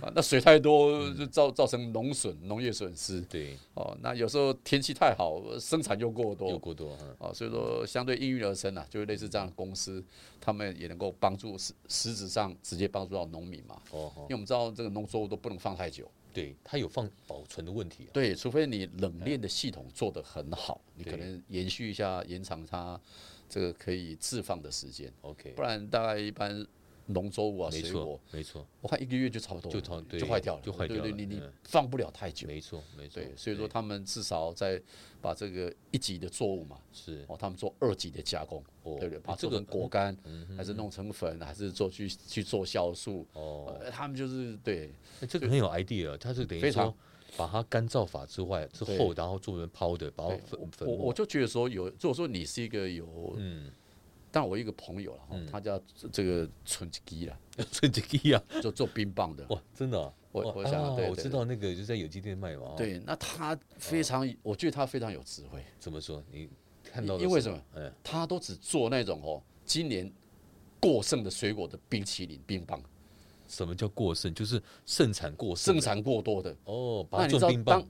B: 啊那水太多就造造成农损、农业损失。
A: 对，
B: 哦，那有时候天气太好，生产又过
A: 有
B: 多，
A: 过多嗯哈。
B: 哦，所以说相对应运而生啊，就是类似这样的公司，他们也能够帮助实实质上直接帮助到农民嘛，
A: 哦
B: 因
A: 哦，
B: 为我们知道这个农作物都不能放太久。
A: 对，它有放保存的问题啊。
B: 对，除非你冷链的系统做得很好，你可
A: 对
B: 能延续一下，延长它这个可以置放的时间，
A: OK，
B: 不然大概一般农作物啊、
A: 没
B: 水
A: 错
B: 果，，
A: 没错，
B: 我看一个月就差不多
A: 就
B: 了，
A: 差对
B: 就坏掉了，
A: 就坏掉
B: 对
A: 了
B: 对，你你
A: 嗯
B: 放不了太久。
A: 没错，没错。
B: 对，所以说他们至少在把这个一级的作物嘛，
A: 是
B: 哦，他们做二级的加工，
A: 哦
B: 对不对？把它
A: 这
B: 做
A: 个嗯
B: 成果干，还是弄成粉，还是做去去做酵素，
A: 哦，
B: 呃他们就是对嗯
A: 欸这个很有 idea，它是等于
B: 非常
A: 说把它干燥法之外之
B: 对
A: 后，然后做成抛的，把它
B: 对
A: 粉粉
B: 我我
A: 末。
B: 就觉得说有，如果说你是一个有
A: 嗯，
B: 但我一个朋友了，哦他叫这个纯吉啦，
A: 这这个呀，
B: 就做冰棒的。
A: 哇，真的啊，
B: 我
A: 哇
B: 我想
A: 啊
B: 对
A: 我
B: 对
A: 知道那个就在有机店卖嘛。啊，
B: 对，那他非常，我觉得他非常有智慧，
A: 怎么说？你 看到了
B: 因为
A: 什
B: 什
A: 么
B: 么？
A: 嗯，
B: 他都只做那种哦，今年过剩的水果的冰淇淋、冰棒，
A: 什么叫过剩？就是盛产过剩
B: 生
A: 的。
B: 产过多的。
A: 哦，把
B: 那
A: 它
B: 你知
A: 做
B: 道
A: 冰，棒
B: 当。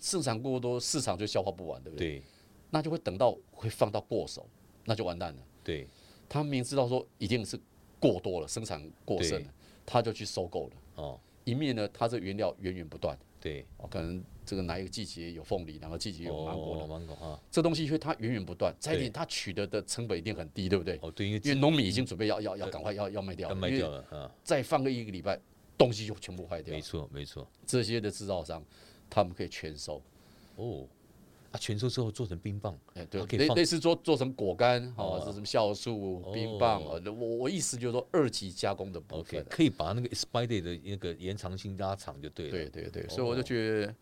B: 生产过多，市场就消化不完，对不对？
A: 对
B: 那就会等到会放到过手，那就完蛋了。
A: 对
B: 他明知道说一定是过多了，生产过剩
A: 对
B: 了，他就去收购了。
A: 哦
B: 一面呢，他这原料源源不断，
A: 对。
B: 哦，可能这个哪一个季节有凤梨，哪个季节有芒果
A: 哦，
B: 的，
A: 芒果哈。
B: 这东西因为它源源不断，再一
A: 对
B: 点它取得的成本一定很低，对不对？
A: 哦，对，因为
B: 因
A: 自
B: 为农民已经准备要要要赶快要要卖掉
A: 要
B: 了，
A: 卖
B: 因为
A: 掉了啊，
B: 再放个一个礼拜，东西就全部坏掉
A: 没。错没错。
B: 这些的制造商，他们可以全收，
A: 哦，啊，全收之后做成冰棒，
B: 哎，
A: 它
B: 对，
A: 可以
B: 类
A: 哦放
B: 类似做做成果干
A: 哦
B: 哦，是什么酵素、冰棒哦，我我意思就是说二级加工的部
A: OK，
B: 分。
A: 可以把那个 expire date 的那个延长性拉长就对哦了。
B: 对对对，所以我就觉得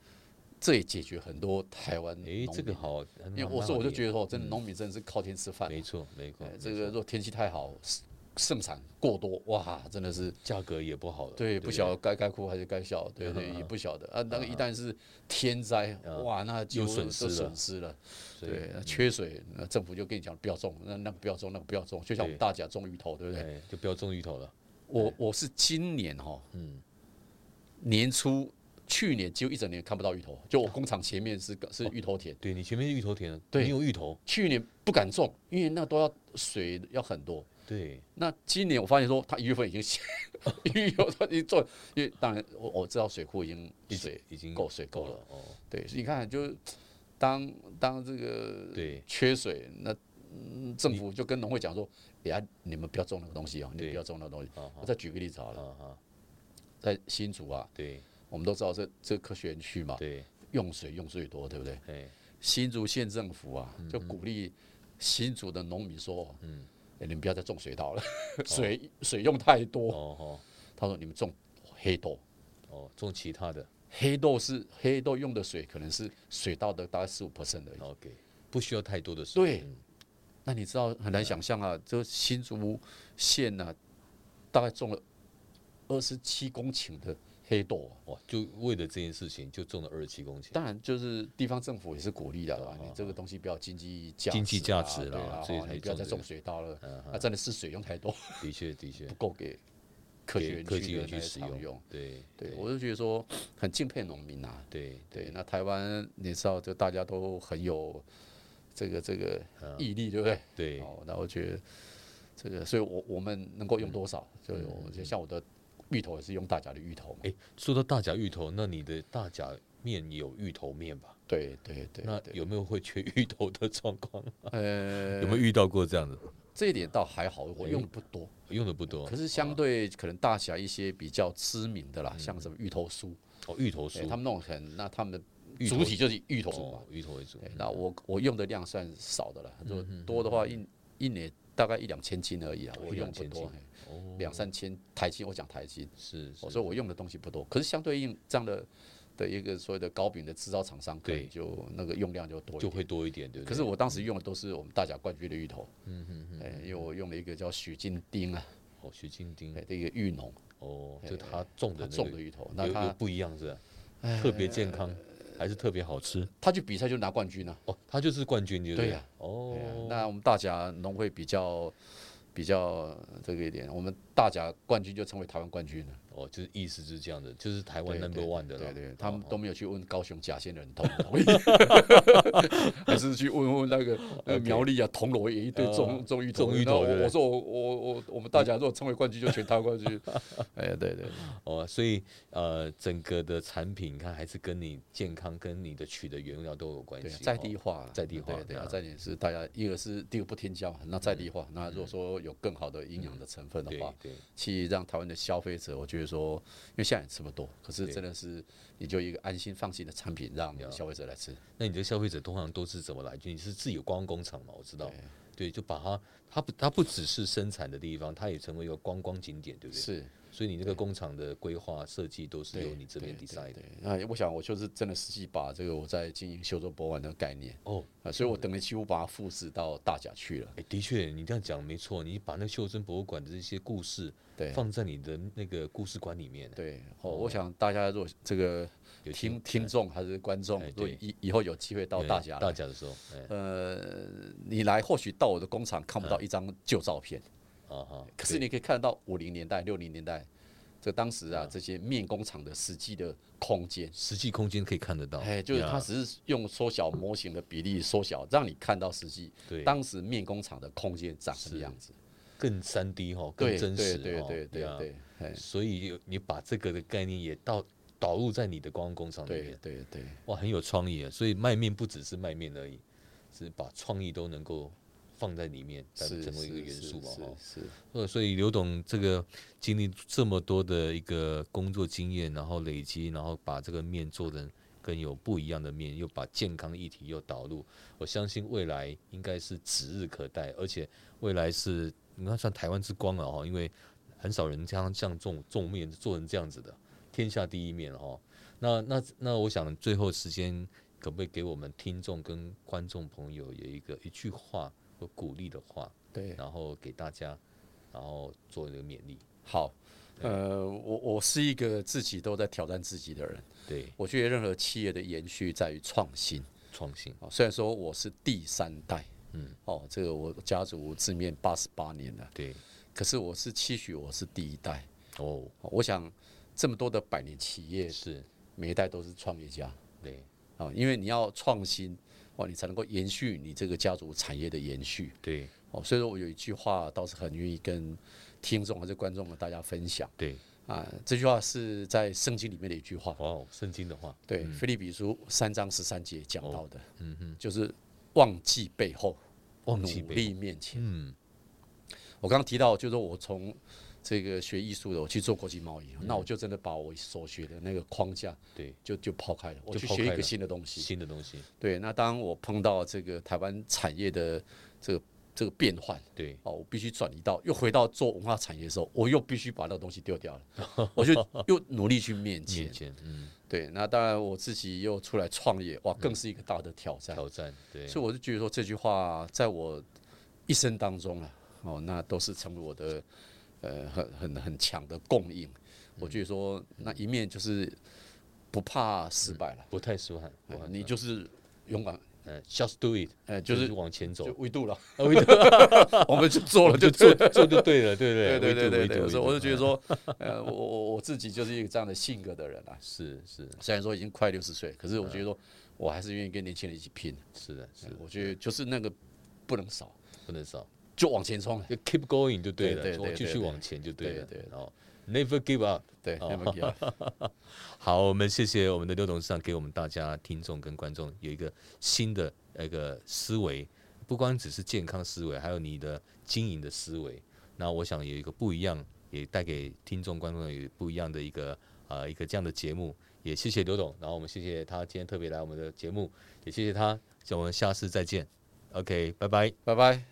B: 这也解决很多台湾农
A: 诶，
B: 民。
A: 这个好，因
B: 因为我说我就觉
A: 得
B: 得哦，真的农民真的是靠天吃饭啊。
A: 没错没错
B: 哎，这个若天气太好，盛盛产过多，哇，真的是
A: 价格也不好了，
B: 对，
A: 不
B: 不晓得该该哭还是该笑，
A: 嗯
B: 对对，也不晓得啊。那个一旦是天灾，哇，那就
A: 又损失
B: 就
A: 了
B: 损失了。
A: 所以嗯
B: 对，那缺水，那政府就跟你讲不要种，那那个不要种，那个不要种，就像我们
A: 对
B: 大甲种芋头，对不
A: 对，
B: 对？
A: 哎就不要种芋头了。
B: 我我是今年哈，嗯，年初去年几乎一整年看不到芋头，就我工厂前面是是芋头田，
A: 对你前面是芋头田，啊
B: 对
A: 你有芋头，
B: 去年不敢种，因为那都要水要很多。
A: 对，
B: 那今年我发现说，它一月份已经 下，一月份它已经做，因为当然我我知道水库已经
A: 一
B: 水
A: 已经
B: 够水够了，
A: 了哦，
B: 对，所以你看就是当当这个
A: 对
B: 缺水，那、嗯政府就跟农会讲说，哎呀，你们不要种那个东西哦，你们
A: 对
B: 不要种那个东西
A: 啊。
B: 我再举个例子好
A: 啊
B: 了，
A: 哈，
B: 在新竹啊，
A: 对
B: 我们都知道这这科学园区嘛，
A: 对，
B: 用水用最多，对不对？
A: 哎，
B: 新竹县政府啊，就鼓励新竹的农民说，嗯，你们不要再种水稻了， 水水用太
A: 哦
B: 多。
A: 哦
B: 他说你们种黑豆，
A: 哦，种其他的
B: 黑豆是黑豆用的水可能是水稻的大概十五 percent 而已。
A: 哦，OK，不需要太多的嗯水，
B: 对，那你知道很难想象啊，就新竹县呢、啊，大概种了二十七公顷的黑豆、啊。
A: 哇，哦就为了这件事情就种了二十七公顷，哦
B: 当然，就是地方政府也是鼓励的啦。你这个东西不要经济价啊
A: 经济价值
B: 啦，对
A: 啦
B: 啦
A: 所以
B: 哦
A: 才
B: 你不要
A: 种这
B: 再种
A: 个嗯
B: 水稻了。那真的是水用太多，
A: 的确的确
B: 不，够给科学
A: 给
B: 园
A: 科技
B: 区的
A: 园
B: 那
A: 区
B: 些
A: 使
B: 常用。
A: 用，对
B: 对，我就觉得说很敬佩农民啊。
A: 对
B: 对，那台湾你知道，就大家都很有这个这个
A: 嗯
B: 毅力，对不对？
A: 对，
B: 哦，那我觉得这个，所以我我们能够用多少，就是我们就像我的芋头也是用大甲的芋头嘛。
A: 哎，说到大甲芋头，那你的大甲面有芋头面吧？
B: 对对对，
A: 那
B: 对
A: 有没有会缺芋头的状况？
B: 呃
A: 有，没有遇到过这样的？
B: 这一点倒还好，我用的不多，
A: 用的不多，
B: 可是相对可能大甲一些比较知名的啦，像什么嗯芋头酥，
A: 哦，芋头
B: 对
A: 酥，
B: 他们那种很，那他们
A: 芋头
B: 的哎主体就是芋头嘛嗯
A: 哦。，芋头为主，
B: 对那我我用的量算少的了，如果多的话一一年大概一嗯两千斤而已啊，
A: 哦
B: 我
A: 一
B: 用
A: 两
B: 不
A: 千
B: 多，嘿
A: 哦，
B: 两三千台斤，我讲台斤，
A: 是是
B: 我哦说我用的东西不多，可是相对应这样的的一个所谓的糕饼的制造厂商，可
A: 对
B: 能就那个用量就多一
A: 就
B: 点。
A: 会多一点，对不对？
B: 可是我当时用的都是我们大甲冠军的芋头，嗯嗯嗯，因为我用了一个叫许金丁啊，
A: 哦，徐金丁
B: 哎，，这个芋农
A: 哦，就他种的那
B: 他哎种
A: 个
B: 的芋头，
A: 有
B: 那哎
A: 有
B: 他
A: 不一样是吧？特别健康还是特别好吃？
B: 他去比赛就拿冠军啊，
A: 哦，他就是冠军，对不
B: 哎对
A: 对
B: 呀？哎呀
A: 哦，
B: 那我们大甲农会比较比较这个一点，我们大甲冠军就成为台湾冠军了，
A: 哦，就是意思就是这样的，就是台湾
B: 对
A: number one 的
B: 对
A: 了。
B: 对，他们都没有去问高雄甲仙人同不 同意，还是去问问那个那个苗栗啊铜锣也一堆
A: 呃
B: 种种芋头的，
A: 种芋头对
B: 那
A: 不
B: 我
A: 对
B: 我说我我我我们大甲如果成为冠军就全台湾冠军， 哎呀对对，
A: 哦，所以呃，整个的产品，你看还是跟你健康、跟你的取的原料都有关
B: 对，啊
A: 系。
B: 在
A: 哦
B: 地化啦，
A: 在地化
B: 对对啊嗯
A: 嗯，
B: 在地是大家一个是第一个不添加嘛，那在地化，那如果说有更好的营养的成分的话
A: 对，对
B: 去让台湾的消费者，我觉得说，因为现在也吃不多，可是
A: 对
B: 真的是你就一个安心放心的产品让消费者来吃，
A: 那你的消费者通常都是怎么来？就你是自己有观光工厂嘛？我知道，对，就把它，它不，它不只是生产的地方，它也成为一个观光景点，对不对？
B: 是
A: 所以你那个工厂的规划设计都是由你这边
B: 对
A: design 的
B: 对，那我想我就是真的实际把这个我在经营修州博玩的概念
A: 哦。
B: 啊，所以我等于几乎把它复制到大甲去了。
A: 哎，的确，你这样讲没错，你把那袖珍博物馆的这些故事
B: 对
A: 放在你的那个故事馆里面，
B: 对，哦，我想大家如果这个
A: 有
B: 听听众还是观众
A: 哎，
B: 如果
A: 对
B: 以以后有机会到大
A: 家
B: 甲
A: 大
B: 来，
A: 家的时候，哎
B: 呃，你来或许到我的工厂看不
A: 嗯
B: 到一张旧照片，
A: 啊哈，
B: 可是你可以看得到五零年代、六零年代，这当时
A: 嗯
B: 啊这些面工厂的实际的空间，
A: 实际空间可以看得到，
B: 哎，就是
A: 哦呀
B: 它只是用缩小模型的比例缩小，让你看到实际
A: 对
B: 当时面工厂的空间长什么样子。
A: 更三 D 哈，更
B: 对
A: 真实
B: 对对
A: 哈
B: 对对
A: 呀
B: 对，哎，
A: 所以有你把这个的概念也到导入在你的观光工厂里
B: 对
A: 面，
B: 对对
A: 哇，很有创意啊！所以卖面不只是卖面而已，是把创意都能够放在里面，才
B: 是
A: 成为一个元
B: 是
A: 素嘛
B: 是
A: 哈。
B: 是
A: 呃，所以刘董这个经历这么多的一个工作经验，然后累积，然后把这个面做的更有不一样的面，又把健康议题又导入，我相信未来应该是指日可待，而且未来是你看算台湾之光了哈，因为很少人这样这样种种面做成这样子的，天下第一面了哈。那那那，我想最后时间可不可以给我们听众跟观众朋友有一个一句话或鼓励的话？
B: 对，
A: 然后给大家，然后做一个勉励。
B: 好。呃，我我是一个自己都在挑战自己的人。
A: 对，
B: 我觉得任何企业的延续在于创新。
A: 创新
B: 哦，虽然说我是第三代，嗯，哦，这个我家族自面八十八年了，
A: 对
B: 可是我是期许我是第一代。
A: 哦，
B: 哦我想这么多的百年企业，
A: 是
B: 每一代都是创业家啊、
A: 对
B: 哦因为你要创新，哦，你才能够延续你这个家族产业的延续。
A: 对
B: 哦，所以说我有一句话倒是很愿意跟听众还是观众们大家分享
A: 对，
B: 啊，这句话是在圣经里面的一句话，
A: 哇哦，圣经的话，
B: 对，菲利比书三章十三节讲到的，嗯哼，就是忘记背后，
A: 哦忘记
B: 努
A: 背
B: 力面前。
A: 嗯，
B: 我刚刚提到，就是说我从这个学艺术的，我去做国际贸易，那我就真的把我所学的那个框架
A: 嗯对，
B: 就就抛开了，我
A: 就
B: 去
A: 抛
B: 学一
A: 开
B: 个
A: 了
B: 新的东西。
A: 新的东西，
B: 对，那当我碰到这个台湾产业的这个这个变换。
A: 对，
B: 哦，我必须转移到又回到做文化产业的时候，我又必须把那个东西丢掉了， 我就又努力去面前
A: 面。前嗯
B: 对，那当然我自己又出来创业，哇，更是一个大的挑战。
A: 挑战，对，
B: 所以我就觉得说这句话在我一生当中啊，哦，那都是成为我的呃很很很强的供应。我觉得说那一面就是不怕失败了，
A: 不太舒坦，
B: 哎你就是勇敢，
A: 嗯，just do it，
B: 呃，
A: 就
B: 就是是
A: 往前走
B: 就，维度 了，
A: 啊维度
B: 我们就做了
A: 就
B: 就做
A: 做。做就对了，对
B: 对
A: 不对
B: 对对对
A: 维度维
B: 对，
A: 度
B: 所以我
A: 维
B: 就
A: 度
B: 觉得说，呃，我我我自己就是一个这样的性格的人啊。
A: 是是
B: 虽然说已经快六十岁，可是我觉得说，我还是愿意跟年轻人一起拼。
A: 是的，嗯是的
B: 我觉得就是那个不能少，
A: 不能少，
B: 就往前冲。
A: 就 keep going 就对
B: 对对
A: 了，
B: 对
A: 我继
B: 对
A: 续
B: 对
A: 往前就对
B: 对
A: 了，
B: 对对
A: 哦，never give up。
B: 对，
A: 哦
B: 那么给啊
A: 好，我们谢谢我们的刘董事长给我们大家听众跟观众有一个新的那个思维，不光只是健康思维，还有你的经营的思维。那我想有一个不一样，也带给听众观众有不一样的一个呃一个这样的节目。也谢谢刘董，然后我们谢谢他今天特别来我们的节目，也谢谢他，我们下次再见。OK，拜拜。
B: 拜拜。